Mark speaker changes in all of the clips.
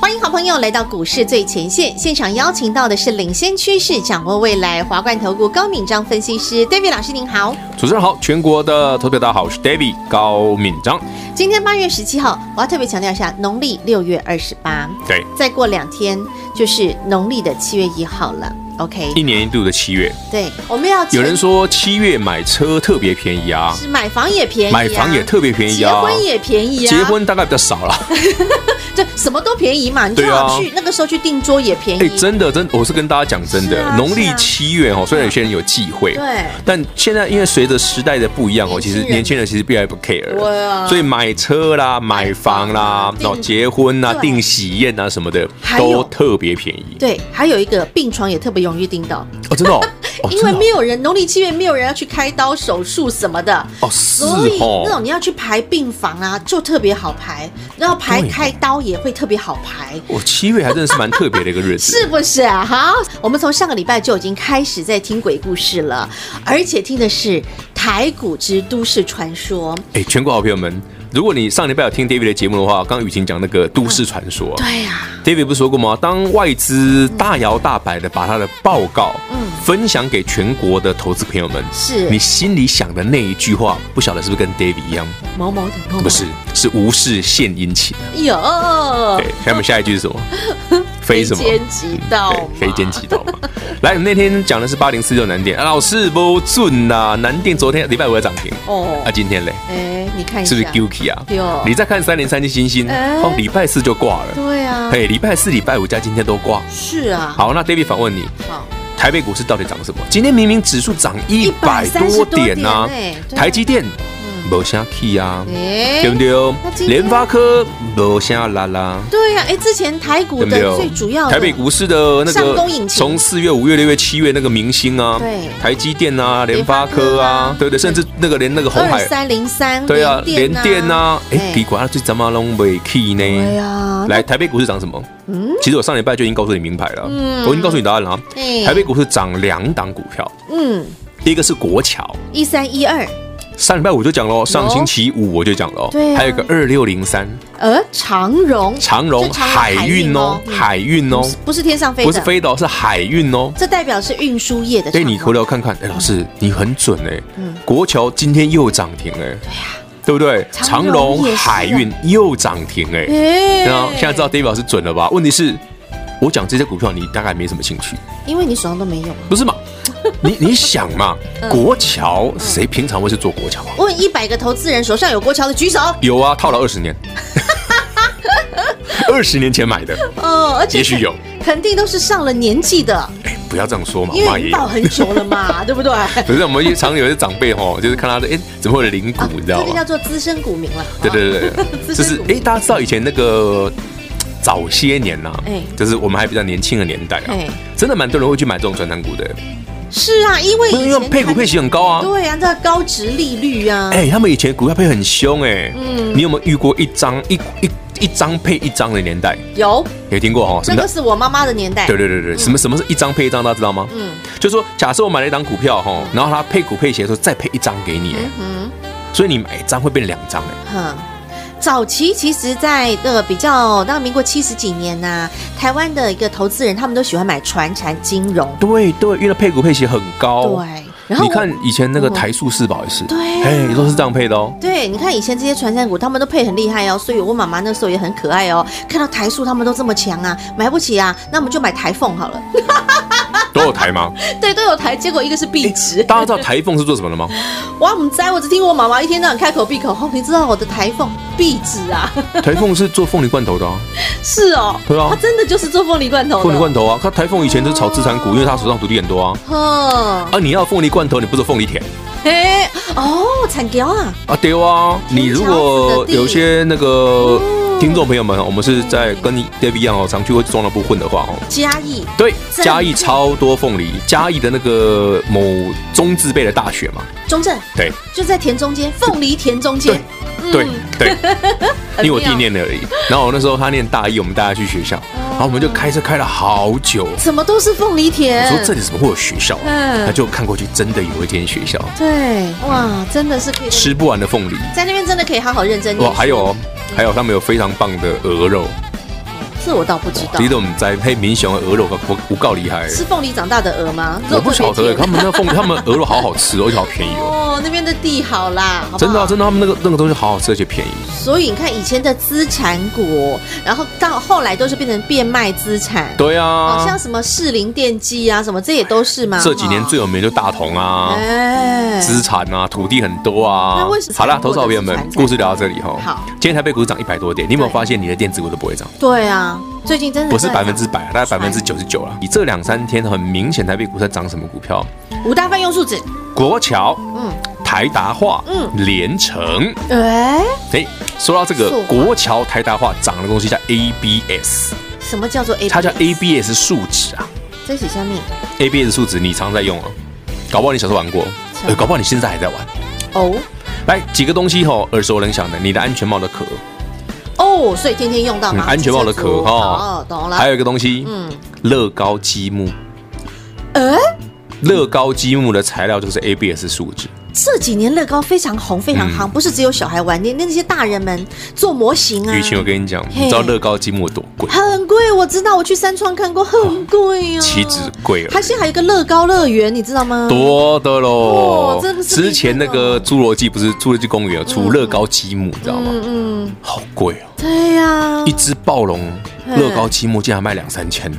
Speaker 1: 欢迎好朋友来到股市最前线，现场邀请到的是领先趋势、掌握未来华冠投顾高敏章分析师 David 老师，您好。
Speaker 2: 主持人好，全国的投票大家好，我是 David 高敏章。
Speaker 1: 今天八月十七号，我要特别强调一下，农历六月二十八，
Speaker 2: 对，
Speaker 1: 再过两天就是农历的七月一号了。OK，
Speaker 2: 一年一度的七月，
Speaker 1: 对，我们要
Speaker 2: 有人说七月买车特别便宜啊，
Speaker 1: 是买房也便宜、啊，
Speaker 2: 买房也特别便宜啊，
Speaker 1: 结婚也便宜啊，嗯
Speaker 2: 结婚大概比较少了。
Speaker 1: 这什么都便宜嘛，你最好去、
Speaker 2: 对啊
Speaker 1: 那个时候去订桌也便宜。
Speaker 2: 哎、真的，真我是跟大家讲真
Speaker 1: 是
Speaker 2: 的
Speaker 1: 啊，
Speaker 2: 农
Speaker 1: 是
Speaker 2: 历
Speaker 1: 啊
Speaker 2: 七月哦，虽然有些人有忌讳，
Speaker 1: 对
Speaker 2: 但现在因为随着时代的不一样哦，其实
Speaker 1: 年轻人
Speaker 2: 年轻人其实越来越不 care，了
Speaker 1: 对啊
Speaker 2: 所以买车啦、买房啦、
Speaker 1: 订
Speaker 2: 然后结婚啦、
Speaker 1: 对
Speaker 2: 订喜宴啊什么的
Speaker 1: 还，有
Speaker 2: 都特别便宜
Speaker 1: 对，还有一个病床也特别容易订到，
Speaker 2: 哦，真的哦，哦
Speaker 1: 因
Speaker 2: 真
Speaker 1: 为
Speaker 2: 的哦
Speaker 1: 没有人农历七月没有人要去开刀手术什么的，
Speaker 2: 哦是
Speaker 1: 所以
Speaker 2: 哦，
Speaker 1: 那种你要去排病房啊，就特别好排，然后排
Speaker 2: 对哦
Speaker 1: 开刀也会特别好排。
Speaker 2: 我七月还真的是蛮特别的一个日子，
Speaker 1: 是不是啊？好，我们从上个礼拜就已经开始在听鬼故事了，而且听的是台股之都市传说。
Speaker 2: 哎，全国好朋友们，如果你上礼拜有听 David 的节目的话，刚刚雨晴讲那个都市传说，
Speaker 1: 对啊呀、
Speaker 2: David 不是说过吗？当外资大摇大摆的把他的报告，分享给全国的投资朋友们，
Speaker 1: 嗯是
Speaker 2: 你心里想的那一句话，不晓得是不是跟 David 一样？
Speaker 1: 某某的某某
Speaker 2: 不是，是无事献殷勤。
Speaker 1: 有哦
Speaker 2: 对，下面下一句是 什么？非什么？
Speaker 1: 非奸即盗
Speaker 2: 对
Speaker 1: 嘛，
Speaker 2: 非奸即盗嘛。 来，我们那天讲的是八零四六南电，啊老师不准呐、南电昨天礼拜五要涨停，
Speaker 1: 哦
Speaker 2: 啊，。今天嘞？
Speaker 1: 哎，你看一下，
Speaker 2: 是不是 Guki 啊？
Speaker 1: 有
Speaker 2: 你再看三零三七星星，
Speaker 1: 哎
Speaker 2: 哦，礼拜四就挂了。
Speaker 1: 对啊，
Speaker 2: 哎，礼拜四、礼拜五加今天都挂。
Speaker 1: 是啊，
Speaker 2: 好，那 David 反问你，
Speaker 1: 好，
Speaker 2: 台北股市到底涨什么？今天明明指数涨一百多点
Speaker 1: 130多点
Speaker 2: 呐、
Speaker 1: 欸对啊
Speaker 2: 台积电没啥 key 啊，
Speaker 1: 哎，
Speaker 2: 对不？对
Speaker 1: 那？今天
Speaker 2: 联发科没啥啦啦。
Speaker 1: 对呀，哎，之前台股
Speaker 2: 对不
Speaker 1: 的
Speaker 2: 对？
Speaker 1: 最主要的
Speaker 2: 台北股市的那
Speaker 1: 上
Speaker 2: 个
Speaker 1: 攻引，擎
Speaker 2: 从四月、五月、六月、七月那个明星啊，
Speaker 1: 对
Speaker 2: 台积电啊，联发
Speaker 1: 联发科
Speaker 2: 科
Speaker 1: 啊
Speaker 2: 啊，对不对？甚至那个连那个红
Speaker 1: 二
Speaker 2: 海，
Speaker 1: 三零三，
Speaker 2: 对啊，联电
Speaker 1: 呐，
Speaker 2: 啊，哎
Speaker 1: 哎，
Speaker 2: 比管它最怎么拢没 key
Speaker 1: 对啊
Speaker 2: 呢？
Speaker 1: 呀，
Speaker 2: 来，台北股市涨什么？其实我上礼拜就已经告诉你名牌了，
Speaker 1: 嗯
Speaker 2: 我已经告诉你答案了啊。
Speaker 1: 哎
Speaker 2: 台北股市涨两档股票，
Speaker 1: 嗯，
Speaker 2: 第一个是国桥，
Speaker 1: 一三一二，
Speaker 2: 上礼拜我就讲喽，上星期五我就讲喽，
Speaker 1: 对啊
Speaker 2: 还有一个二六零三
Speaker 1: 呃，长荣，
Speaker 2: 长荣
Speaker 1: 这长荣
Speaker 2: 海运哦，
Speaker 1: 嗯
Speaker 2: 海运哦，
Speaker 1: 不是天上飞的，
Speaker 2: 不是，飞的哦，是海运哦。
Speaker 1: 这代表是嗯运输业的长
Speaker 2: 哎，
Speaker 1: 荣。
Speaker 2: 你回头看看，哎，老师你很准哎，
Speaker 1: 嗯
Speaker 2: 国桥今天又涨停哎，对不对？
Speaker 1: 啊长
Speaker 2: 长
Speaker 1: 荣
Speaker 2: 荣
Speaker 1: 也是啊
Speaker 2: 海运又涨停哎，
Speaker 1: 哎，
Speaker 2: 然后现在知道 David 老师准了吧？问题是，我讲这些股票你大概没什么兴趣，
Speaker 1: 因为你手上都没有。
Speaker 2: 不是嘛？你你想嘛，
Speaker 1: 嗯
Speaker 2: 国桥谁平常会是做国桥啊？
Speaker 1: 问一百个投资人手上有国桥的举手。
Speaker 2: 有啊，套了二十 年，二十年前买的，
Speaker 1: 哦，而且
Speaker 2: 也许有，
Speaker 1: 肯定都是上了年纪的，
Speaker 2: 哎，不要这样说嘛，
Speaker 1: 因
Speaker 2: 我妈
Speaker 1: 为已
Speaker 2: 也
Speaker 1: 经抱
Speaker 2: 有。
Speaker 1: 很久了嘛，对不对？
Speaker 2: 可是我们常有些长辈吼，就是看他的，哎，怎么会有灵骨， 你知道
Speaker 1: 这个叫
Speaker 2: 吗？
Speaker 1: 做资深股民了。
Speaker 2: 对对对
Speaker 1: 资
Speaker 2: 对，
Speaker 1: 深
Speaker 2: 就是
Speaker 1: 股
Speaker 2: 哎，大家知道以前那个。早些年呐、
Speaker 1: 哎
Speaker 2: 就是我们还比较年轻的年代啊
Speaker 1: 哎，
Speaker 2: 真的蛮多人会去买这种传单股的，
Speaker 1: 是啊，因为以
Speaker 2: 因为
Speaker 1: 前
Speaker 2: 配股配息很高啊。
Speaker 1: 对啊，这高值利率啊，
Speaker 2: 哎、他们以前股票配很凶哎、
Speaker 1: 嗯
Speaker 2: 你有没有遇过一张一一一张配一张的年代？
Speaker 1: 有
Speaker 2: 有听过哈？什
Speaker 1: 那
Speaker 2: 么
Speaker 1: 个
Speaker 2: 叫？
Speaker 1: 是我妈妈的年代。
Speaker 2: 对对对对，什么什么是一张配一张？大家知道吗？
Speaker 1: 嗯
Speaker 2: 就是说，假设我买了一张股票哈，然后它配股配息的时候再配一张给你、哎
Speaker 1: 嗯
Speaker 2: 所以你买一张会变两张哎。
Speaker 1: 哼。早期其实，在那个比较，那个民国七十几年呐、台湾的一个投资人，他们都喜欢买船产金融，
Speaker 2: 对对，因为它配股配息很高。
Speaker 1: 对，然后
Speaker 2: 哦你看
Speaker 1: 我
Speaker 2: 以前那个
Speaker 1: 嗯
Speaker 2: 台塑四宝也是，
Speaker 1: 对啊
Speaker 2: 哎、都是这样配的哦。
Speaker 1: 对，你看以前这些传山股，他们都配很厉害哦，所以我妈妈那时候也很可爱哦。看到台塑他们都这么强啊，买不起啊，那我们就买台凤好了。
Speaker 2: 都有台吗？
Speaker 1: 对，都有台，结果一个是壁纸。
Speaker 2: 大家知道台凤是做 什么的吗？
Speaker 1: 哇，我们栽，我只听我妈妈一天到晚开口闭口，哦，你知道我的台凤壁纸啊？
Speaker 2: 台凤是做凤梨罐头的、啊，
Speaker 1: 是哦，
Speaker 2: 对啊
Speaker 1: 她真的就是做凤梨罐头的。
Speaker 2: 凤梨罐头啊。它台凤以前就是炒资产股，因为它手上土地很多啊。
Speaker 1: 哼，
Speaker 2: 啊，你要凤梨罐头，你不是凤梨田
Speaker 1: 哎、哦，产条啊，
Speaker 2: 啊？对啊，你如果有些那个
Speaker 1: 嗯
Speaker 2: 听众朋友们，我们是在跟 David 一样哦，常去会中南部混的话哦。
Speaker 1: 嘉义，
Speaker 2: 对，
Speaker 1: 真的
Speaker 2: 嘉义超多凤梨，嘉义的那个某中字辈的大学嘛，
Speaker 1: 中正
Speaker 2: 对
Speaker 1: 就在田中间，凤梨田中
Speaker 2: 对
Speaker 1: 间，，
Speaker 2: 对 对，因为我弟念了而已。然后我那时候他念大一，我们大家去学校，
Speaker 1: 哦
Speaker 2: 然后我们就开车开了好久。
Speaker 1: 怎么都是凤梨
Speaker 2: 我
Speaker 1: 田？
Speaker 2: 说这里怎么会有学校啊？
Speaker 1: 嗯
Speaker 2: 他就看过去，真的有一间学校，
Speaker 1: 对，哇，真的是可以
Speaker 2: 吃不完的凤梨。
Speaker 1: 在那边真的可以好好认真念
Speaker 2: 哇，
Speaker 1: 书
Speaker 2: 还有哦，还有他们有非常棒的鹅肉，
Speaker 1: 这我倒不知道
Speaker 2: 其，实我们在黑民雄的鹅肉不不够厉害，
Speaker 1: 是凤梨长大的鹅吗？
Speaker 2: 我不晓得
Speaker 1: 肉特别
Speaker 2: 他们那凤他们鹅肉好好吃哦，而且好便宜
Speaker 1: 甜
Speaker 2: 哦。
Speaker 1: 哦，那边的地好啦， 好不好
Speaker 2: 真的、啊，真的，他们那个那个东西好好吃，而且便宜。
Speaker 1: 所以你看以前的资产股，然后到后来都是变成变卖资产，
Speaker 2: 对
Speaker 1: 好像
Speaker 2: 啊，
Speaker 1: 什么士林电机啊，什么这也都是嘛。哦
Speaker 2: 这几年
Speaker 1: 哈
Speaker 2: 最有名就大同啊，
Speaker 1: 哎
Speaker 2: 资产啊，土地很多啊
Speaker 1: 那为什。么
Speaker 2: 好啦，
Speaker 1: 中国
Speaker 2: 投
Speaker 1: 的
Speaker 2: 资好朋友们
Speaker 1: 资产，才
Speaker 2: 故事聊到这里哈。
Speaker 1: 好
Speaker 2: 今天台北股市涨一百多点，你有没有发现你的电子股都不会涨？
Speaker 1: 对啊，最近真的
Speaker 2: 不是
Speaker 1: 在
Speaker 2: 百分之百，啊大概百分之
Speaker 1: 传
Speaker 2: 九十九了。你这两三天很明显，台北股市在涨什么股票？
Speaker 1: 五大泛用数值，
Speaker 2: 国桥、
Speaker 1: 嗯，
Speaker 2: 台达化、
Speaker 1: 嗯
Speaker 2: 联城。
Speaker 1: 哎，
Speaker 2: 哎，说到这个
Speaker 1: 塑化
Speaker 2: 国桥、台达化涨的东西叫 ABS，
Speaker 1: 什么叫做 A？
Speaker 2: 它叫 ABS 数值啊。
Speaker 1: 这是下面
Speaker 2: ABS 数值你常在用哦，搞不好你小时候玩过，呃，搞不好你现在还在玩。
Speaker 1: 哦
Speaker 2: 来几个东西吼，耳熟能详的，你的安全帽的壳，
Speaker 1: 哦，所以天天用到嘛，
Speaker 2: 嗯安全帽的壳
Speaker 1: 哦，
Speaker 2: 哦
Speaker 1: 好懂了。
Speaker 2: 还有一个东西，
Speaker 1: 嗯，
Speaker 2: 乐高积木。
Speaker 1: 哎，
Speaker 2: 乐高积木的材料就是 ABS 数值，
Speaker 1: 这几年乐高非常红，非
Speaker 2: 嗯
Speaker 1: 常夯，不是只有小孩玩，连那些大人们做模型啊
Speaker 2: 雨，晴，我跟你讲，
Speaker 1: 嘿啊
Speaker 2: 你知道乐高积木有多贵，
Speaker 1: 很贵，我知道，我去三创看过，很贵啊，
Speaker 2: 岂止贵而
Speaker 1: 它
Speaker 2: 已
Speaker 1: 现在还有一个乐高乐园，你知道吗？
Speaker 2: 多的
Speaker 1: 哦
Speaker 2: 喽
Speaker 1: 真的。是
Speaker 2: 之前那个侏罗纪不是侏罗纪公园有出乐高积木，你知道吗？
Speaker 1: 嗯嗯，
Speaker 2: 好贵哦，
Speaker 1: 对呀、
Speaker 2: 一只暴龙
Speaker 1: 嗯
Speaker 2: 乐高积木竟然卖两三千。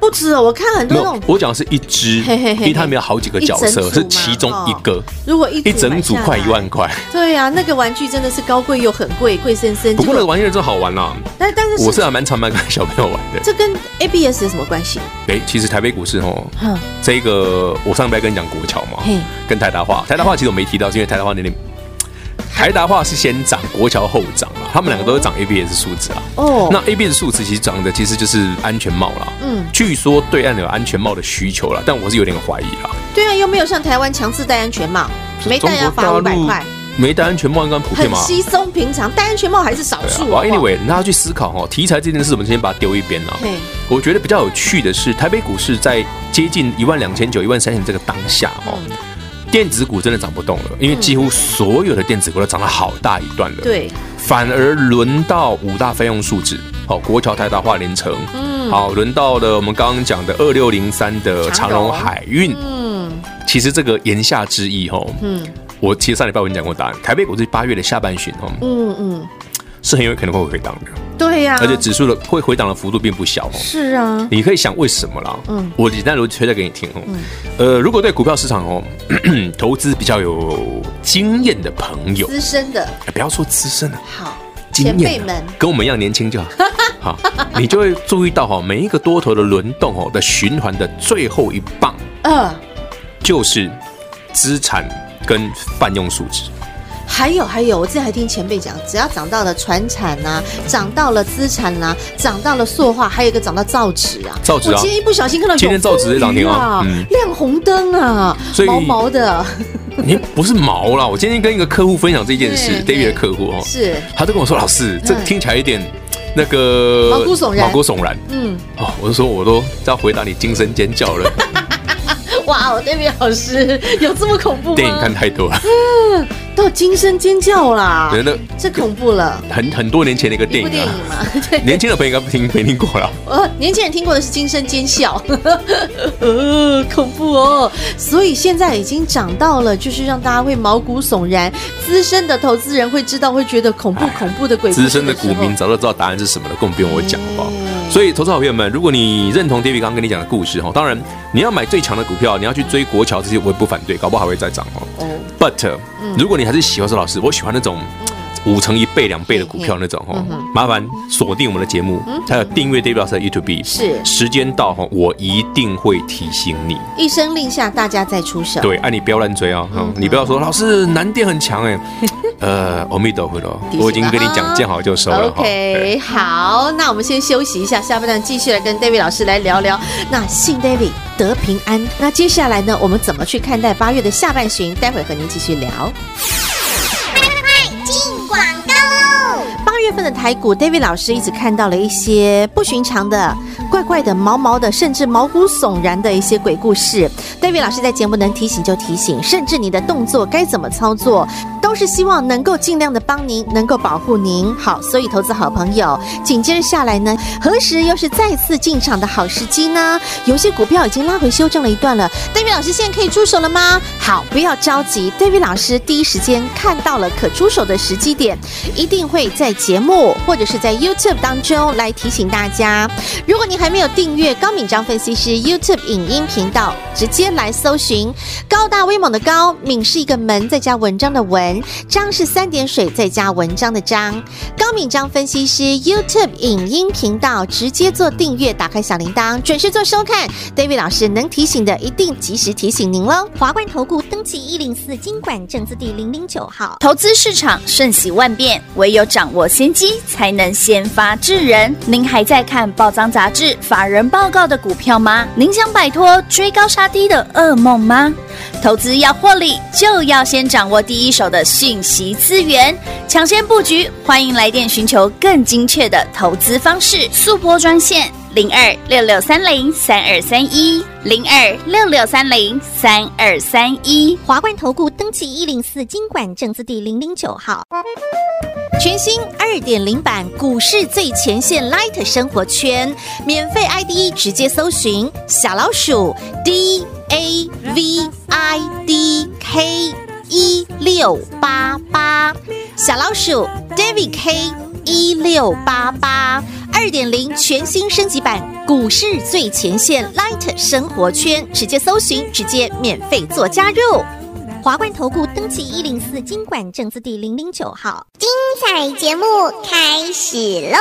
Speaker 1: 不止哦，我看很多
Speaker 2: 没
Speaker 1: 那
Speaker 2: 有
Speaker 1: 种，，
Speaker 2: 我讲的是一只，
Speaker 1: 嘿嘿嘿
Speaker 2: 因为它里面有好几个角
Speaker 1: 一整组
Speaker 2: 色，
Speaker 1: 嘛
Speaker 2: 是其中一个，
Speaker 1: 如果一
Speaker 2: 一整组
Speaker 1: 买下来
Speaker 2: 快一，万块。
Speaker 1: 对呀、那个玩具真的是高贵又很贵，贵森森。
Speaker 2: 不过
Speaker 1: 就
Speaker 2: 那个玩意儿真好玩啦，
Speaker 1: 但但是
Speaker 2: 我是还啊蛮常卖给小朋友玩的。
Speaker 1: 这跟 ABS 有什么关系？
Speaker 2: 哎，其实台北股市哦，
Speaker 1: 哼，
Speaker 2: 这个我上礼拜跟你讲国桥嘛
Speaker 1: 嘿，
Speaker 2: 跟台达化，台达化其实我没提到，是因为台达化那天，台达化是先涨，国桥后涨啊，他们两个都是涨 ABS 数值啊。
Speaker 1: 哦，
Speaker 2: 那 ABS 数值其实涨的其实就是安全帽啦，
Speaker 1: 嗯
Speaker 2: 据说对岸有安全帽的需求啦，但我是有点怀疑啦。
Speaker 1: 对啊，又没有像台湾强制戴安全帽，没戴哎要罚五
Speaker 2: 中国
Speaker 1: 百
Speaker 2: 大陆
Speaker 1: 块，
Speaker 2: 没戴安全帽应该普遍
Speaker 1: 很
Speaker 2: 嘛？
Speaker 1: 稀哦松平常，戴安全帽还是少
Speaker 2: 对
Speaker 1: 数。
Speaker 2: 啊，
Speaker 1: 好不好
Speaker 2: 我 anyway，大家去思考哦，题材这件事我们先把它丢一边啊。
Speaker 1: 嘿，
Speaker 2: 我觉得比较有趣的是，台北股市在接近一万两千九、一万三千这个当下哦，
Speaker 1: 嗯
Speaker 2: 电子股真的涨不动了，因为几乎所有的电子股都涨了好大一段了。，
Speaker 1: 对，
Speaker 2: 反而轮到五大费用数值，哦，国桥、台达、化联城，
Speaker 1: 嗯
Speaker 2: 好，轮到了我们刚刚讲的二六零三的
Speaker 1: 长
Speaker 2: 长
Speaker 1: 荣
Speaker 2: 荣海运。
Speaker 1: 嗯
Speaker 2: 其实这个言下之意哦，
Speaker 1: 嗯
Speaker 2: 我其实上礼拜我已经讲过答案，台北股市八月的下半旬哦，
Speaker 1: 嗯啊嗯，
Speaker 2: 是很有可能会回档的，
Speaker 1: 对呀、
Speaker 2: 而且指数的会回档的幅度并不小哦。
Speaker 1: 是啊，
Speaker 2: 你可以想为什么啦？
Speaker 1: 嗯
Speaker 2: 嗯，我简单逻辑推荐给你听哦。呃，如果对股票市场哦， 投资比较有经验的朋友，
Speaker 1: 资深的
Speaker 2: 哎不要说资深啊，
Speaker 1: 好
Speaker 2: 经
Speaker 1: 前辈
Speaker 2: 验啊
Speaker 1: 们，
Speaker 2: 跟我们一样年 轻就好。好，你就会注意到哈、哦，每一个多头的轮动哦的循环的最后一棒
Speaker 1: 呃，
Speaker 2: 就是资产跟泛用数 值。
Speaker 1: 还有还有，我之前还听前辈讲，只要涨到了船产呐、涨到了资产呐、涨到了塑化，还有一个涨到造纸啊。
Speaker 2: 造纸
Speaker 1: 我
Speaker 2: 啊
Speaker 1: 今天一不小心看到有
Speaker 2: 今天造纸也涨停啊
Speaker 1: 风雨
Speaker 2: 嗯
Speaker 1: 亮红灯啊
Speaker 2: 所，以哦
Speaker 1: 毛毛的，
Speaker 2: 你不是毛啦，我今天跟一个客户分享这件事
Speaker 1: 对
Speaker 2: ，David
Speaker 1: 对
Speaker 2: 的客户哦，
Speaker 1: 是，
Speaker 2: 他就跟我说，老师，这
Speaker 1: 嗯
Speaker 2: 听起来有点那个
Speaker 1: 毛骨悚然
Speaker 2: 毛骨悚然。
Speaker 1: 嗯，
Speaker 2: 哦，我就说我都要回答你惊声尖叫 了，
Speaker 1: 哇哦，David 老师有这么恐怖吗？
Speaker 2: 电影看太多了，
Speaker 1: 到惊声尖叫啦，
Speaker 2: 觉得
Speaker 1: 这恐怖了，
Speaker 2: 很很多年前的一个
Speaker 1: 一
Speaker 2: 电
Speaker 1: 部
Speaker 2: 影
Speaker 1: 电影
Speaker 2: 啊，
Speaker 1: 嘛，对，
Speaker 2: 年轻的朋友应该不听没听过 了。
Speaker 1: 呃，年轻人听过的是惊声尖笑， 呃，恐怖哦。所以现在已经涨到了，就是让大家会毛骨悚然。资深的投资人会知道，会觉得恐怖
Speaker 2: 哎
Speaker 1: 恐怖的鬼故事
Speaker 2: 资深的股
Speaker 1: 时候
Speaker 2: 民早就知道答案是什么了，更不用我讲好不好？
Speaker 1: 哎
Speaker 2: 所以，投资好朋友们，如果你认同 David 刚刚跟你讲的故事哈，哦当然你要买最强的股票，你要去追国桥这些，我也不反对，搞不好还会再涨哦。
Speaker 1: 哦，
Speaker 2: But 如果你还是喜欢说老师，我喜欢那种
Speaker 1: 嗯
Speaker 2: 五成一倍、两倍的股票那种哦，麻烦锁定我们的节目，还有订阅 David 老师的 YouTube。
Speaker 1: 嗯是
Speaker 2: 时间到哈，我一定会提醒你。
Speaker 1: 一声令下，大家再出手。
Speaker 2: 对，哎、你不要乱追哦，嗯你不要说老师南电很强 哎，呃，阿弥陀佛了，
Speaker 1: 提醒了啊
Speaker 2: 我已经跟你讲见好就收了哎哈。对
Speaker 1: OK，好，那我们先休息一下，下半段继续来跟 David 老师来聊聊。那信 David 得平安。那接下来呢，我们怎么去看待八月的下半旬？待会和您继续聊。
Speaker 3: 进广告。
Speaker 1: 份的台股，David 老师一直看到了一些不寻常的、怪怪的、毛毛的，甚至毛骨悚然的一些鬼故事。David 老师在节目能提醒就提醒，甚至你的动作该怎么操作，都是希望能够尽量的帮您，能够保护您。好，所以投资好朋友，紧接着下来呢，何时又是再次进场的好时机呢？有些股票已经拉回修正了一段了，David 老师现在可以出手了吗？好，不要着急，David 老师第一时间看到了可出手的时机点，一定会在节目或者是在 YouTube 当中来提醒大家。如果你还没有订阅高敏章分析师 YouTube 影音频道，直接来搜寻“高大威猛”的高敏是一个门，再加文章的文，章是三点水再加文章的章。高敏章分析师 YouTube 影音频道直接做订阅，打开小铃铛，准时做收看。David 老师能提醒的，一定及时提醒您喽。
Speaker 3: 华冠投顾登记一零四经管证字第零零九号。
Speaker 4: 投资市场瞬息万变，唯有掌握先机，才能先发制人。您还在看报章杂志、法人报告的股票吗？您想摆脱追高杀低的噩梦吗？投资要获利，就要先掌握第一手的讯息资源，抢先布局。欢迎来电寻求更精确的投资方式，速播专线零二六六三零三二三一零二六六三零三二三一。
Speaker 3: 华冠投顾登记一零四经管证字第零零九号。
Speaker 1: 全新二点零版股市最前线 Light 生活圈，免费 ID 直接搜寻小老鼠 D A V I D K 一六八八，小老鼠 David K 一六八八。二点零全新升级版股市最前线 Light 生活圈，直接搜寻，直接免费做加入。
Speaker 3: 华冠投顾登记一零四经管证字第零零九号。精彩节目开始喽！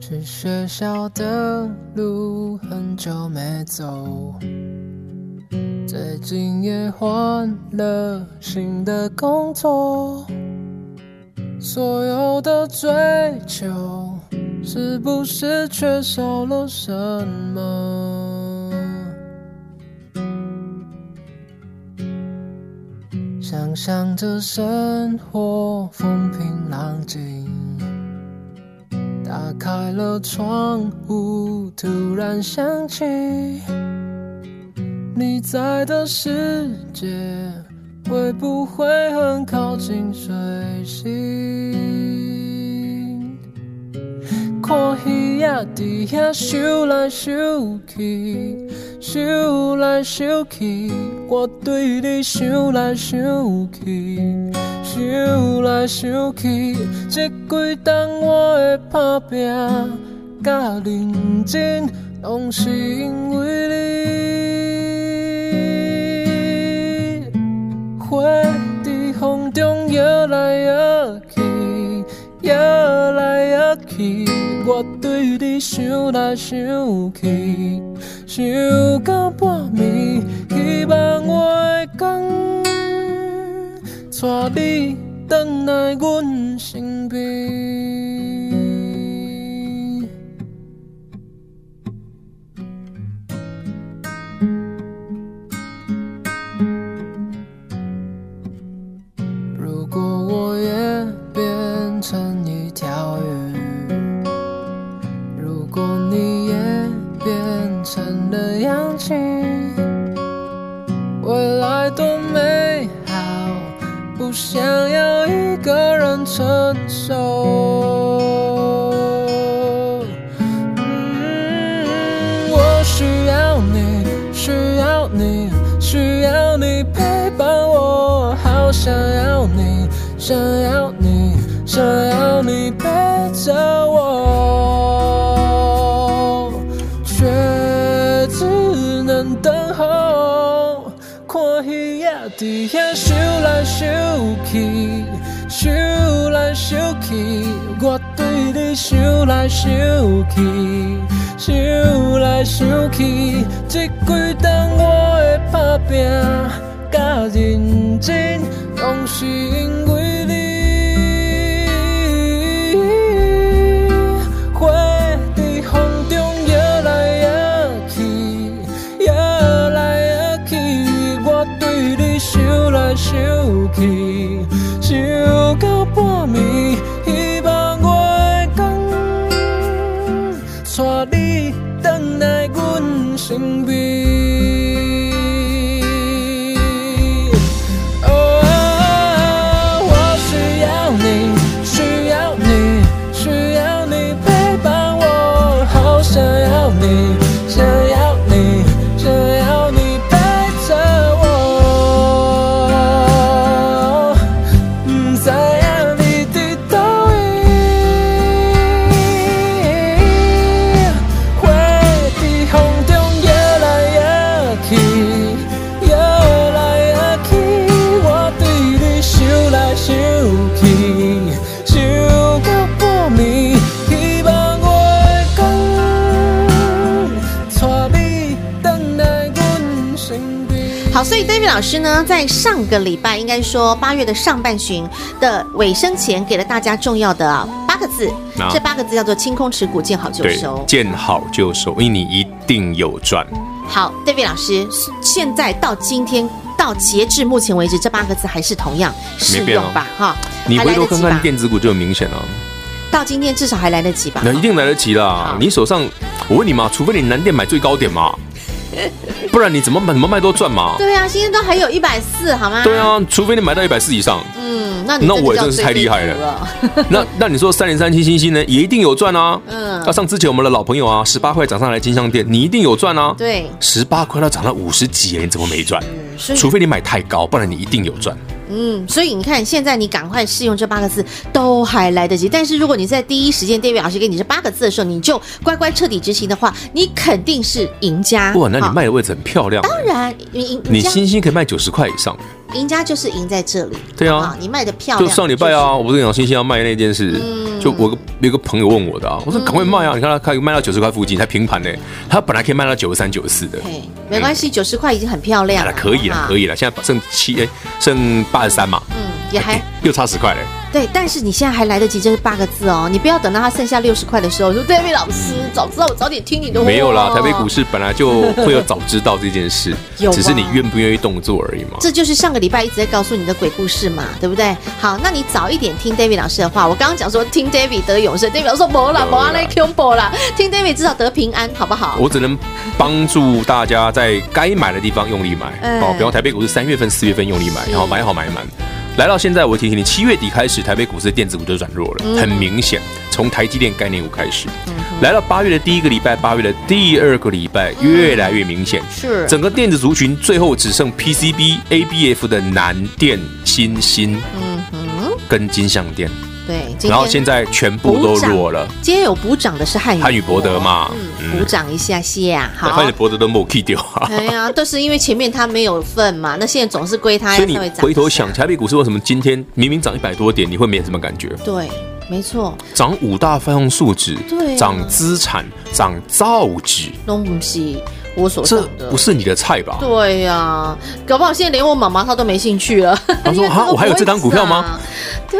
Speaker 5: 去学校的路很久没走，最近也换了新的工作，所有的追求是不是缺少了什么？想象着生活风平浪静。打开了窗户，突然想起你在的世界会不会很靠近水星？看鱼仔伫遐想来想去，想来想去，我对你想来想去，想来想去，这几冬我的打拼甲认真，拢是因为你。花在风中摇来摇去，摇来摇去，我对你想来想去，想到半暝，希望我会讲，带你回来阮身边。如果我也变成一条鱼，如果你也变成了氧气，未来多美好，不想要一个人承受。嗯，我需要你，需要你，需要你陪伴我，好想要你，想要你，想要你陪着我，却只能等候，看鱼仔伫遐想来想去，想来想去，我对你想来想去。想来想去，这几冬我的打拼甲认真，拢是因为你。花去，想到半暝，希望月光带你回来阮身边。哦，我需要你，需要你，需要你陪伴我，好想要你，想要你，想要你陪着我，不知影你伫倒位。花在风中摇来摇去，摇来摇去，我对你想来想去，想到半暝，希望月光带你回来阮身边。
Speaker 1: 好，所以 David 老师呢，在上个礼拜，应该说八月的上半旬的尾声前，给了大家重要的啊八个字，
Speaker 2: 啊
Speaker 1: 这八个字叫做“清空持股，见好就
Speaker 2: 对
Speaker 1: 收，”。
Speaker 2: 见好就收，因为你一定有赚。
Speaker 1: 好，David 老师，现在到今天到截至目前为止，这八个字还是同样适
Speaker 2: 没变
Speaker 1: 用
Speaker 2: 哦
Speaker 1: 吧？哈，
Speaker 2: 你
Speaker 1: 还
Speaker 2: 回
Speaker 1: 来
Speaker 2: 头
Speaker 1: 得
Speaker 2: 看
Speaker 1: 及
Speaker 2: 看
Speaker 1: 吧？
Speaker 2: 电子股就很明显了、
Speaker 1: 到今天至少还来得及吧？
Speaker 2: 那一定来得及啦
Speaker 1: 好！
Speaker 2: 你手上，我问你嘛，除非你南电买最高 点嘛，不然你怎么买怎么卖都赚嘛。
Speaker 1: 对啊，今天都还有一百四，好吗？
Speaker 2: 对，啊，除非你买到一百四 以上，
Speaker 1: 嗯，那你
Speaker 2: 那
Speaker 1: 叫
Speaker 2: 我也真是
Speaker 1: 最
Speaker 2: 太厉害
Speaker 1: 佩服
Speaker 2: 了。那那你说三零三七星星呢，也一定有赚啊。
Speaker 1: 嗯
Speaker 2: 那像之前我们的老朋友啊，十八块涨上来金商店，你一定有赚啊。
Speaker 1: 对，嗯
Speaker 2: 十八块它涨到五十几了，你怎么没赚？
Speaker 1: 所以
Speaker 2: 除非你买太高，不然你一定有赚。
Speaker 1: 嗯，所以你看，现在你赶快试用这八个字都还来得及。但是如果你在第一时间，David 老师给你这八个字的时候，你就乖乖彻底执行的话，你肯定是赢家。
Speaker 2: 哇，那你
Speaker 1: 好，
Speaker 2: 卖的位置很漂亮。
Speaker 1: 当然，你赢
Speaker 2: 你
Speaker 1: 赢家
Speaker 2: 星星可以卖九十块以上。
Speaker 1: 赢家就是赢在这里。
Speaker 2: 对啊
Speaker 1: 好不好你卖的嗯漂
Speaker 2: 就
Speaker 1: 亮。
Speaker 2: 上礼拜啊，我不是讲星星要卖那件事，就我个有个朋友问我的啊，
Speaker 1: 嗯
Speaker 2: 我说赶快卖啊，你看他开卖到九十块附近，才平盘呢，他本来可以卖到九十三、九十四的
Speaker 1: 就是，，嘿，没关系，九十块已经很漂亮
Speaker 2: 啊
Speaker 1: 了，
Speaker 2: 嗯可以了，可
Speaker 1: 以。
Speaker 2: 以了，现在剩七哎，剩八十三嘛，
Speaker 1: 嗯，也还
Speaker 2: 又差十块嘞，
Speaker 1: 对，但是你现在还来得及，这是八个字哦，你不要等到它剩下六十块的时候，说 David 老师，早知道我早点听你的话。
Speaker 2: 嗯
Speaker 1: 哦
Speaker 2: 没有啦，台北股市本来就会有早知道这件事
Speaker 1: 有，啊吗
Speaker 2: 只是你愿不愿意动作而已嘛。
Speaker 1: 这就是上个礼拜一直在告诉你的鬼故事嘛，对不对？好，那你早一点听 David 老师的话。我刚刚讲说听 David 得永生，David 老师说没啦，
Speaker 2: 没
Speaker 1: 没
Speaker 2: 啦哦
Speaker 1: 啊，那 combo 啦，听 David 至少得平安，好不好？
Speaker 2: 我只能帮助大家在该买的地方用力买
Speaker 1: 哎
Speaker 2: 哦，比方台北股市三月份、四月份用力买，然后买好买满。来到现在，我提醒你，七月底开始，台北股市的电子股就转弱
Speaker 1: 嗯
Speaker 2: 了，很明显，从台积电概念股开始。来到八月的第一个礼拜，八月的第二个礼拜，越来越明显，
Speaker 1: 嗯是
Speaker 2: 整个电子族群最后只剩 PCB、ABF 的南电、新兴
Speaker 1: 嗯哼，
Speaker 2: 跟金相电，
Speaker 1: 对。今天
Speaker 2: 然后现在全部都弱了。
Speaker 1: 今天有补涨的是汉语
Speaker 2: 汉语博德嘛
Speaker 1: 嗯，
Speaker 2: 嗯
Speaker 1: 补涨一下下，好
Speaker 2: 哎看。你脖子都没有 K 掉啊！
Speaker 1: 哎呀，都是因为前面他没有份嘛，那现在总是归他，
Speaker 2: 所以你
Speaker 1: 哎稍微涨一下
Speaker 2: 回头想，，台北股市为什么今天明明涨一百多点，你会没什么感觉？
Speaker 1: 对，没错，
Speaker 2: 涨五大泛用数值
Speaker 1: 对啊，
Speaker 2: 涨资产，涨造纸，
Speaker 1: 拢不是我所
Speaker 2: 这
Speaker 1: 想的，
Speaker 2: 不。是你的菜吧？
Speaker 1: 对呀、搞不好现在连我妈妈她都没兴趣了。
Speaker 2: 她
Speaker 1: 因
Speaker 2: 说
Speaker 1: 为这个
Speaker 2: 哈我还有这档股票吗
Speaker 1: 不会涨？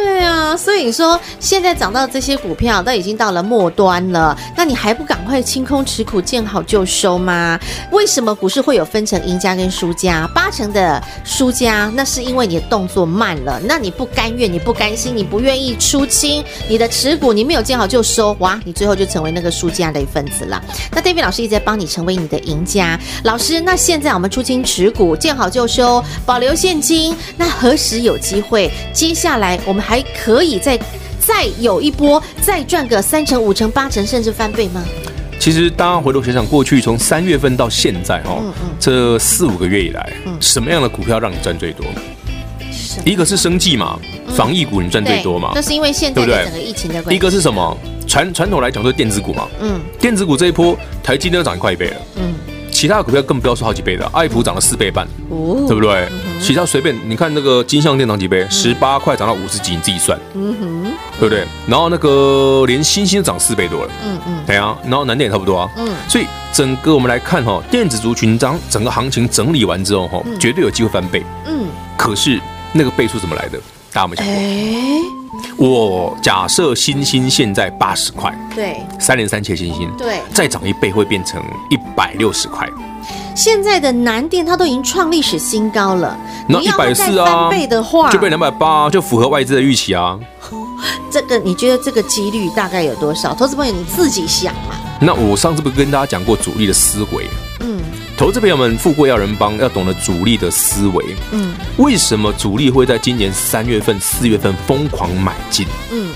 Speaker 1: 对啊，所以你说现在涨到这些股票都已经到了末端了，那你还不赶快清空持股，见好就收吗？为什么股市会有分成赢家跟输家？八成的输家，那是因为你的动作慢了，那你不甘愿，你不甘心，你不愿意出清你的持股，你没有见好就收，哇，你最后就成为那个输家的一份子了。那 David 老师一直在帮你成为你的赢家。老师，那现在我们出清持股，见好就收，保留现金，那何时有机会？接下来我们还可以再再有一波，再赚个三成、五成、八成，甚至翻倍吗？
Speaker 2: 其实大家回头想想，过去从三月份到现在哈、
Speaker 1: 嗯嗯
Speaker 2: 这四五个月以来，什么样的股票让你赚最多？
Speaker 1: 是
Speaker 2: 一个是生计嘛，
Speaker 1: 嗯
Speaker 2: 防疫股你赚最多嘛
Speaker 1: 那。是因为现在
Speaker 2: 对不
Speaker 1: 的
Speaker 2: 对
Speaker 1: 整个疫情的关系。
Speaker 2: 一个是什么？传传统来讲就是电子股嘛，
Speaker 1: 嗯
Speaker 2: 电子股这一波，台积电都涨快一倍了，
Speaker 1: 嗯
Speaker 2: 其他的股票更不要说好几倍的，爱普涨了四倍半。
Speaker 1: 哦，
Speaker 2: 对不对？其他随便，你看那个金像电涨几倍，十八块涨到五十几，你自己算，
Speaker 1: 嗯哼，
Speaker 2: 对不对？然后那个连星星涨四倍多了，
Speaker 1: 嗯嗯
Speaker 2: 对啊，然后南电也差不多啊，
Speaker 1: 嗯
Speaker 2: 所以整个我们来看哈、哦，电子族群涨整个行情整理完之后哈、哦，绝对有机会翻倍。
Speaker 1: 嗯，
Speaker 2: 可是那个倍数怎么来的？大家有没有想过？
Speaker 1: 哎，
Speaker 2: 我假设星星现在八十块，
Speaker 1: 对
Speaker 2: 三零三切星星，
Speaker 1: 对
Speaker 2: 再涨一倍会变成一百六十块。
Speaker 1: 现在的南电它都已经创历史新高了，
Speaker 2: 那
Speaker 1: 你
Speaker 2: 一
Speaker 1: 要
Speaker 2: 百
Speaker 1: 再
Speaker 2: 四
Speaker 1: 翻
Speaker 2: 啊
Speaker 1: 倍的话，
Speaker 2: 就被两百八，就符合外资的预期啊。
Speaker 1: 这个你觉得这个几率大概有多少？投资朋友你自己想嘛。
Speaker 2: 那我上次不是跟大家讲过主力的思维？
Speaker 1: 嗯
Speaker 2: 投资朋友们，富贵要人帮，要懂得主力的思维。
Speaker 1: 嗯
Speaker 2: 为什么主力会在今年三月份、四月份疯狂买进？
Speaker 1: 嗯，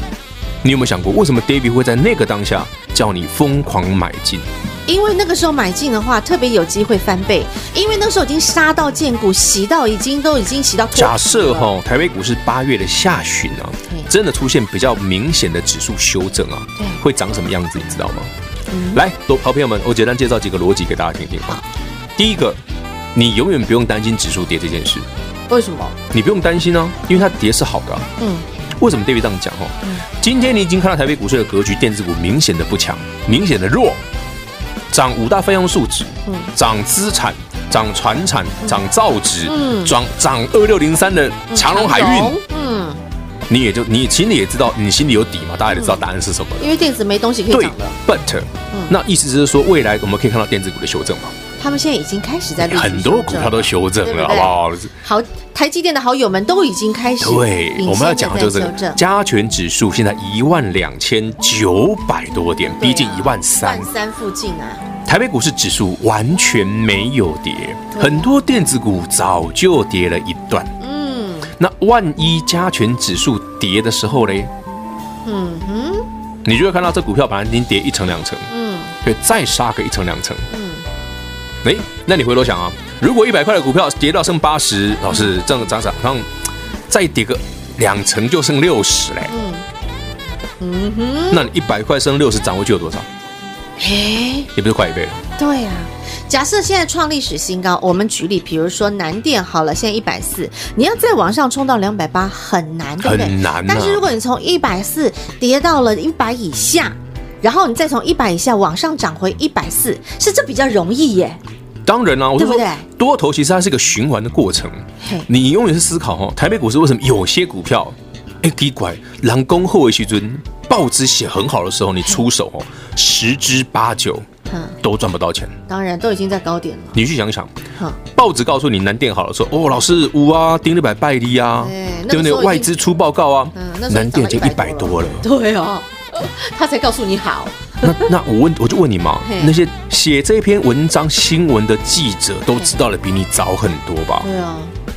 Speaker 2: 你有没有想过，为什么 David 会在那个当下叫你疯狂买进？
Speaker 1: 因为那个时候买进的话，特别有机会翻倍，因为那时候已经杀到见骨，洗到已经都已经洗到脱皮了
Speaker 2: 假设哈，台北股市八月的下旬啊
Speaker 1: 嗯，
Speaker 2: 真的出现比较明显的指数修正啊
Speaker 1: 对，嗯
Speaker 2: 会长什么样子，你知道吗？来，多好朋友们，我简单介绍几个逻辑给大家听听啊。第一个，你永远不用担心指数跌这件事，
Speaker 1: 为什么？
Speaker 2: 你不用担心啊，因为它跌是好的啊、
Speaker 1: 嗯
Speaker 2: 为什么 David 这样讲哦？今天你已经看到台北股市的格局，电子股明显的不强，明显的弱，涨五大费用数值
Speaker 1: 嗯，
Speaker 2: 涨资产，涨船产，涨造纸
Speaker 1: 嗯，
Speaker 2: 涨涨二六零三的长荣海运，，
Speaker 1: 嗯，
Speaker 2: 你也就你心里也知道，你心里有底嘛，大家也知道答案是什么了。
Speaker 1: 因为电子没东西可以
Speaker 2: 对
Speaker 1: 涨了，
Speaker 2: ，but
Speaker 1: 嗯
Speaker 2: 那意思就是说，未来我们可以看到电子股的修正嘛，
Speaker 1: 他们现在已经开始在陆续
Speaker 2: 很多
Speaker 1: 修
Speaker 2: 股
Speaker 1: 正
Speaker 2: 票都修正
Speaker 1: 对
Speaker 2: 了，
Speaker 1: 不
Speaker 2: 好
Speaker 1: 对
Speaker 2: 不好？
Speaker 1: 好，台积电的好友们都已经开始
Speaker 2: 对，我们要讲的就是
Speaker 1: 领先地在修正
Speaker 2: 加权指数现在一万两千九百多点，逼近一万三
Speaker 1: 啊万。三附近啊，
Speaker 2: 台北股市指数完全没有跌，很多电子股早就跌了一段。
Speaker 1: 嗯
Speaker 2: 那万一加权指数跌的时候嘞，
Speaker 1: 嗯哼
Speaker 2: 你就会看到这股票本来已经跌一层两层，
Speaker 1: 嗯
Speaker 2: 对，再杀个一层两层。
Speaker 1: 嗯，
Speaker 2: 诶，那你回头想啊，如果一百块的股票跌到剩八十，老师这样涨涨上再跌个两层就剩六十嘞，
Speaker 1: 嗯嗯哼，
Speaker 2: 那你一百块升六十，涨回去有多少？
Speaker 1: 哎，
Speaker 2: 也不是快一倍了。
Speaker 1: 对啊。假设现在创历史新高，我们举例，比如说南电好了，现在一百四，你要再往上冲到两百八很难，对不对？
Speaker 2: 很难啊
Speaker 1: 但是如果你从一百四跌到了一百以下，然后你再从一百以下往上涨回一百四，是这比较容易耶。
Speaker 2: 嗯当然啦、我就
Speaker 1: 对不
Speaker 2: 说
Speaker 1: 对
Speaker 2: 多头其实它是一个循环的过程
Speaker 1: 嘿。
Speaker 2: 你永远是思考哦，台北股市为什么有些股票，哎，奇怪，狼公后尾去尊报纸写很好的时候，你出手哦，十之八九
Speaker 1: 嗯，
Speaker 2: 都赚不到钱。
Speaker 1: 当然都已经在高点了。嗯
Speaker 2: 你去想想，
Speaker 1: 哼，
Speaker 2: 报纸告诉你南电好了，说哦，老师五啊，盯了百拜利啊
Speaker 1: 对，那个
Speaker 2: 对不
Speaker 1: 时
Speaker 2: 对
Speaker 1: 候已？经
Speaker 2: 外资出报告啊
Speaker 1: 嗯那时候，
Speaker 2: 南电就
Speaker 1: 涨
Speaker 2: 一
Speaker 1: 到
Speaker 2: 百
Speaker 1: 100
Speaker 2: 多了。
Speaker 1: 对哦， 他才告诉你好。
Speaker 2: 那那我问，我就问你嘛
Speaker 1: 嘿，
Speaker 2: 那些写这篇文章新闻的记者都知道的比你早很多吧？
Speaker 1: 对啊，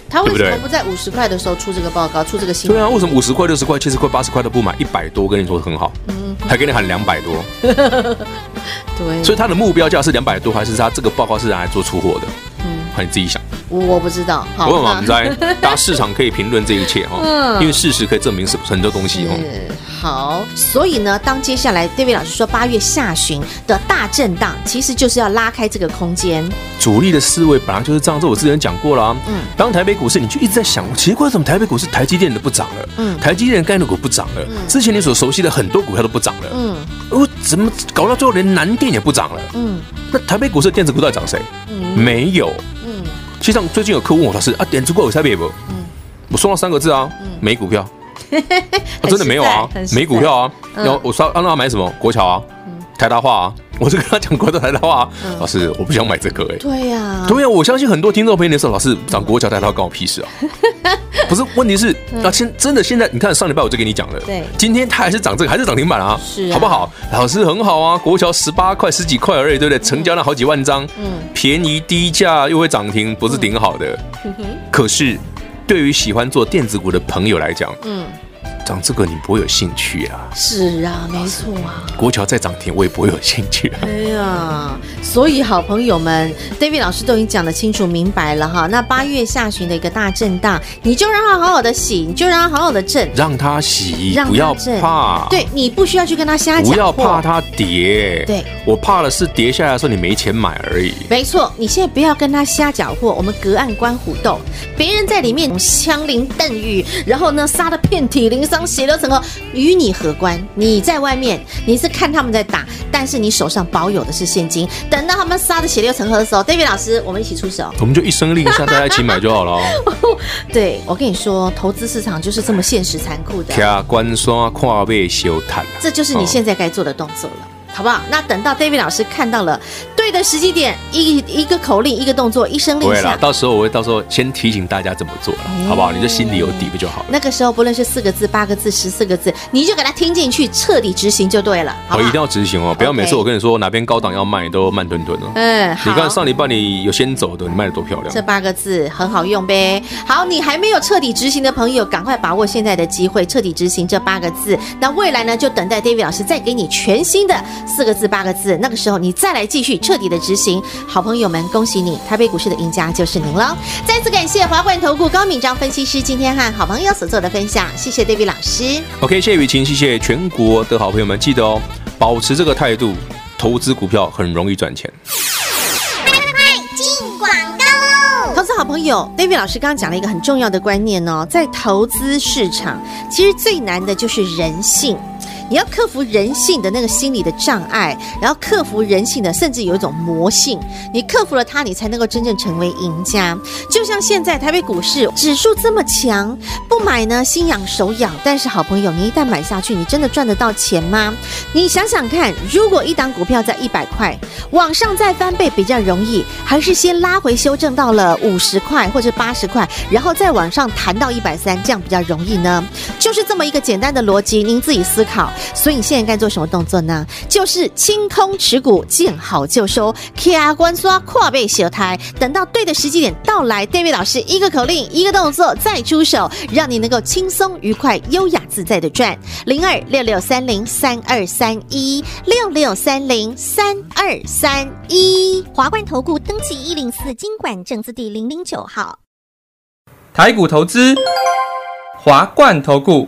Speaker 1: 他为
Speaker 2: 对不
Speaker 1: 什
Speaker 2: 对
Speaker 1: 么不在五十块的时候出这个报告，出这个新
Speaker 2: 对
Speaker 1: 闻？
Speaker 2: 啊，为什么五十块、六十块、七十块、八十块都不买？一百多跟你说很好，
Speaker 1: 嗯
Speaker 2: 还给你喊两百多，
Speaker 1: 对，
Speaker 2: 所以他的目标价是两百多，还是他这个报告是拿来做出货的？嗯，你自己想。
Speaker 1: 我我不知道。好
Speaker 2: 我问
Speaker 1: 那
Speaker 2: 网在， 大家市场可以评论这一切哈，因为事实可以证明是很多东西哦。
Speaker 1: 是嗯好，所以呢，当接下来 David 老师说八月下旬的大震荡，其实就是要拉开这个空间。
Speaker 2: 主力的思维本来就是这样，这我之前讲过了啊。
Speaker 1: 嗯
Speaker 2: 当台北股市你就一直在想，奇怪，怎么台北股市台积电的不涨了？
Speaker 1: 嗯
Speaker 2: 台积电的概念股不涨了，之前你所熟悉的很多股票都不涨了。
Speaker 1: 嗯
Speaker 2: 我怎么搞到最后连南电也不涨了？
Speaker 1: 嗯
Speaker 2: 那台北股市的电子股到底涨谁？
Speaker 1: 嗯
Speaker 2: 没有。
Speaker 1: 嗯，
Speaker 2: 其实上最近有客户问我老师啊，点出过有差别不？我说了三个字啊，没股 票。啊真的没有啊
Speaker 1: 嗯很，实在
Speaker 2: 没股票啊。
Speaker 1: 嗯
Speaker 2: 然后我说啊让他买什么？国桥啊，台达化啊。我就跟他讲国桥台达化啊，
Speaker 1: 嗯
Speaker 2: 老师我不想买这个哎。
Speaker 1: 对呀、
Speaker 2: 对啊，我相信很多听众朋友的时候，老师涨国桥台达化关我屁事啊。 不是，问题是啊，现真的现在你看上礼拜我就跟你讲了，
Speaker 1: 嗯对
Speaker 2: 今天它还是涨这个，还是涨停板啊，
Speaker 1: 是啊
Speaker 2: 好不好？老师很好啊，国桥十八块十几块而已，对不对？成交量好几万张，
Speaker 1: 嗯
Speaker 2: 便宜低价又会涨停，不是挺好的？
Speaker 1: 嗯
Speaker 2: 可是，对于喜欢做电子股的朋友来讲，
Speaker 1: 嗯，
Speaker 2: 涨这个你不会有兴趣啊。
Speaker 1: 是啊，没错啊。
Speaker 2: 国桥再涨停，我也不会有兴趣、啊。
Speaker 1: 哎呀，所以好朋友们，David 老师都已经讲得清楚明白了哈。那八月下旬的一个大震荡，你就让它好好的洗，你就让它好好的震。
Speaker 2: 让它洗
Speaker 1: 让，它
Speaker 2: 不要
Speaker 1: 震
Speaker 2: 怕，
Speaker 1: 对你不需要去跟他瞎讲，
Speaker 2: 不要怕。它跌。
Speaker 1: 对，
Speaker 2: 我怕的是跌下来的时候你没钱买而已。
Speaker 1: 没错，你现在不要跟他瞎搅和，我们隔岸观虎斗，别人在里面枪林弹雨，然后呢杀得遍体灵伤、血流成河，与你何关？你在外面，你是看他们在打，但是你手上保有的是现金。等到他们杀的血流成河的时候，David 老师，我们一起出手。
Speaker 2: 我们就一声令下，大家一起买就 好了哦。
Speaker 1: 对我跟你说，投资市场就是这么现实残酷的。
Speaker 2: 卡关刷跨背修坦，
Speaker 1: 这就是你现在该做的动作了，好不好？那等到 David 老师看到了对的时机点，一一个口令，一个动作，一声
Speaker 2: 哦不
Speaker 1: 令
Speaker 2: 会啦
Speaker 1: 下，，
Speaker 2: 到时候我会到时候先提醒大家怎么做了，
Speaker 1: 哦
Speaker 2: 好不好？你就心里有底不就好了？
Speaker 1: 那个时候不论是四个字、八个字、十四个字，你就给他听进去，彻底执行就对了，好
Speaker 2: 我
Speaker 1: 不
Speaker 2: 一定
Speaker 1: 好？
Speaker 2: 要执行哦，不要
Speaker 1: OK
Speaker 2: 每次我跟你说哪边高档要卖，你都慢吞吞哦。
Speaker 1: 嗯，
Speaker 2: 你看
Speaker 1: 好。
Speaker 2: 上礼拜你有先走的，你卖的多漂亮
Speaker 1: 这。八个字很好用呗。好，你还没有彻底执行的朋友，赶快把握现在的机会，彻底执行这八个字。那未来呢，就等待 David 老师再给你全新的四个字、八个字，那个时候你再来继续彻底的执行。好朋友们，恭喜你，台北股市的赢家就是您喽！再次感谢华冠投顾高敏章分析师今天和好朋友所做的分享，谢谢 David 老师。
Speaker 2: OK，谢谢雨晴，谢谢全国的好朋友们，记得哦，保持这个态度，投资股票很容易赚钱。
Speaker 3: 进广告喽！
Speaker 1: 投资好朋友 David 老师刚刚讲了一个很重要的观念哦，在投资市场，其实最难的就是人性。你要克服人性的那个心理的障碍，然后克服人性的，甚至有一种魔性。你克服了它，你才能够真正成为赢家。就像现在台北股市指数这么强，不买呢心痒手痒，但是好朋友，你一旦买下去，你真的赚得到钱吗？你想想看，如果一档股票在一百块，往上再翻倍比较容易，还是先拉回修正到了五十块或者八十块，然后再往上弹到一百三，这样比较容易呢？就是这么一个简单的逻辑，您自己思考。所以你现在该做什么动作呢？就是清空持股，见好就收，K R 关刷跨背斜台，等到对的时机点到来，David 老师一个口令，一个动作再出手，让你能够轻松愉快、优雅自在的赚。零二六六三零三二三一六六三零三二三一。
Speaker 3: 华冠投顾登记一零四经管证字第零零九号。
Speaker 6: 台股投资，华冠投顾。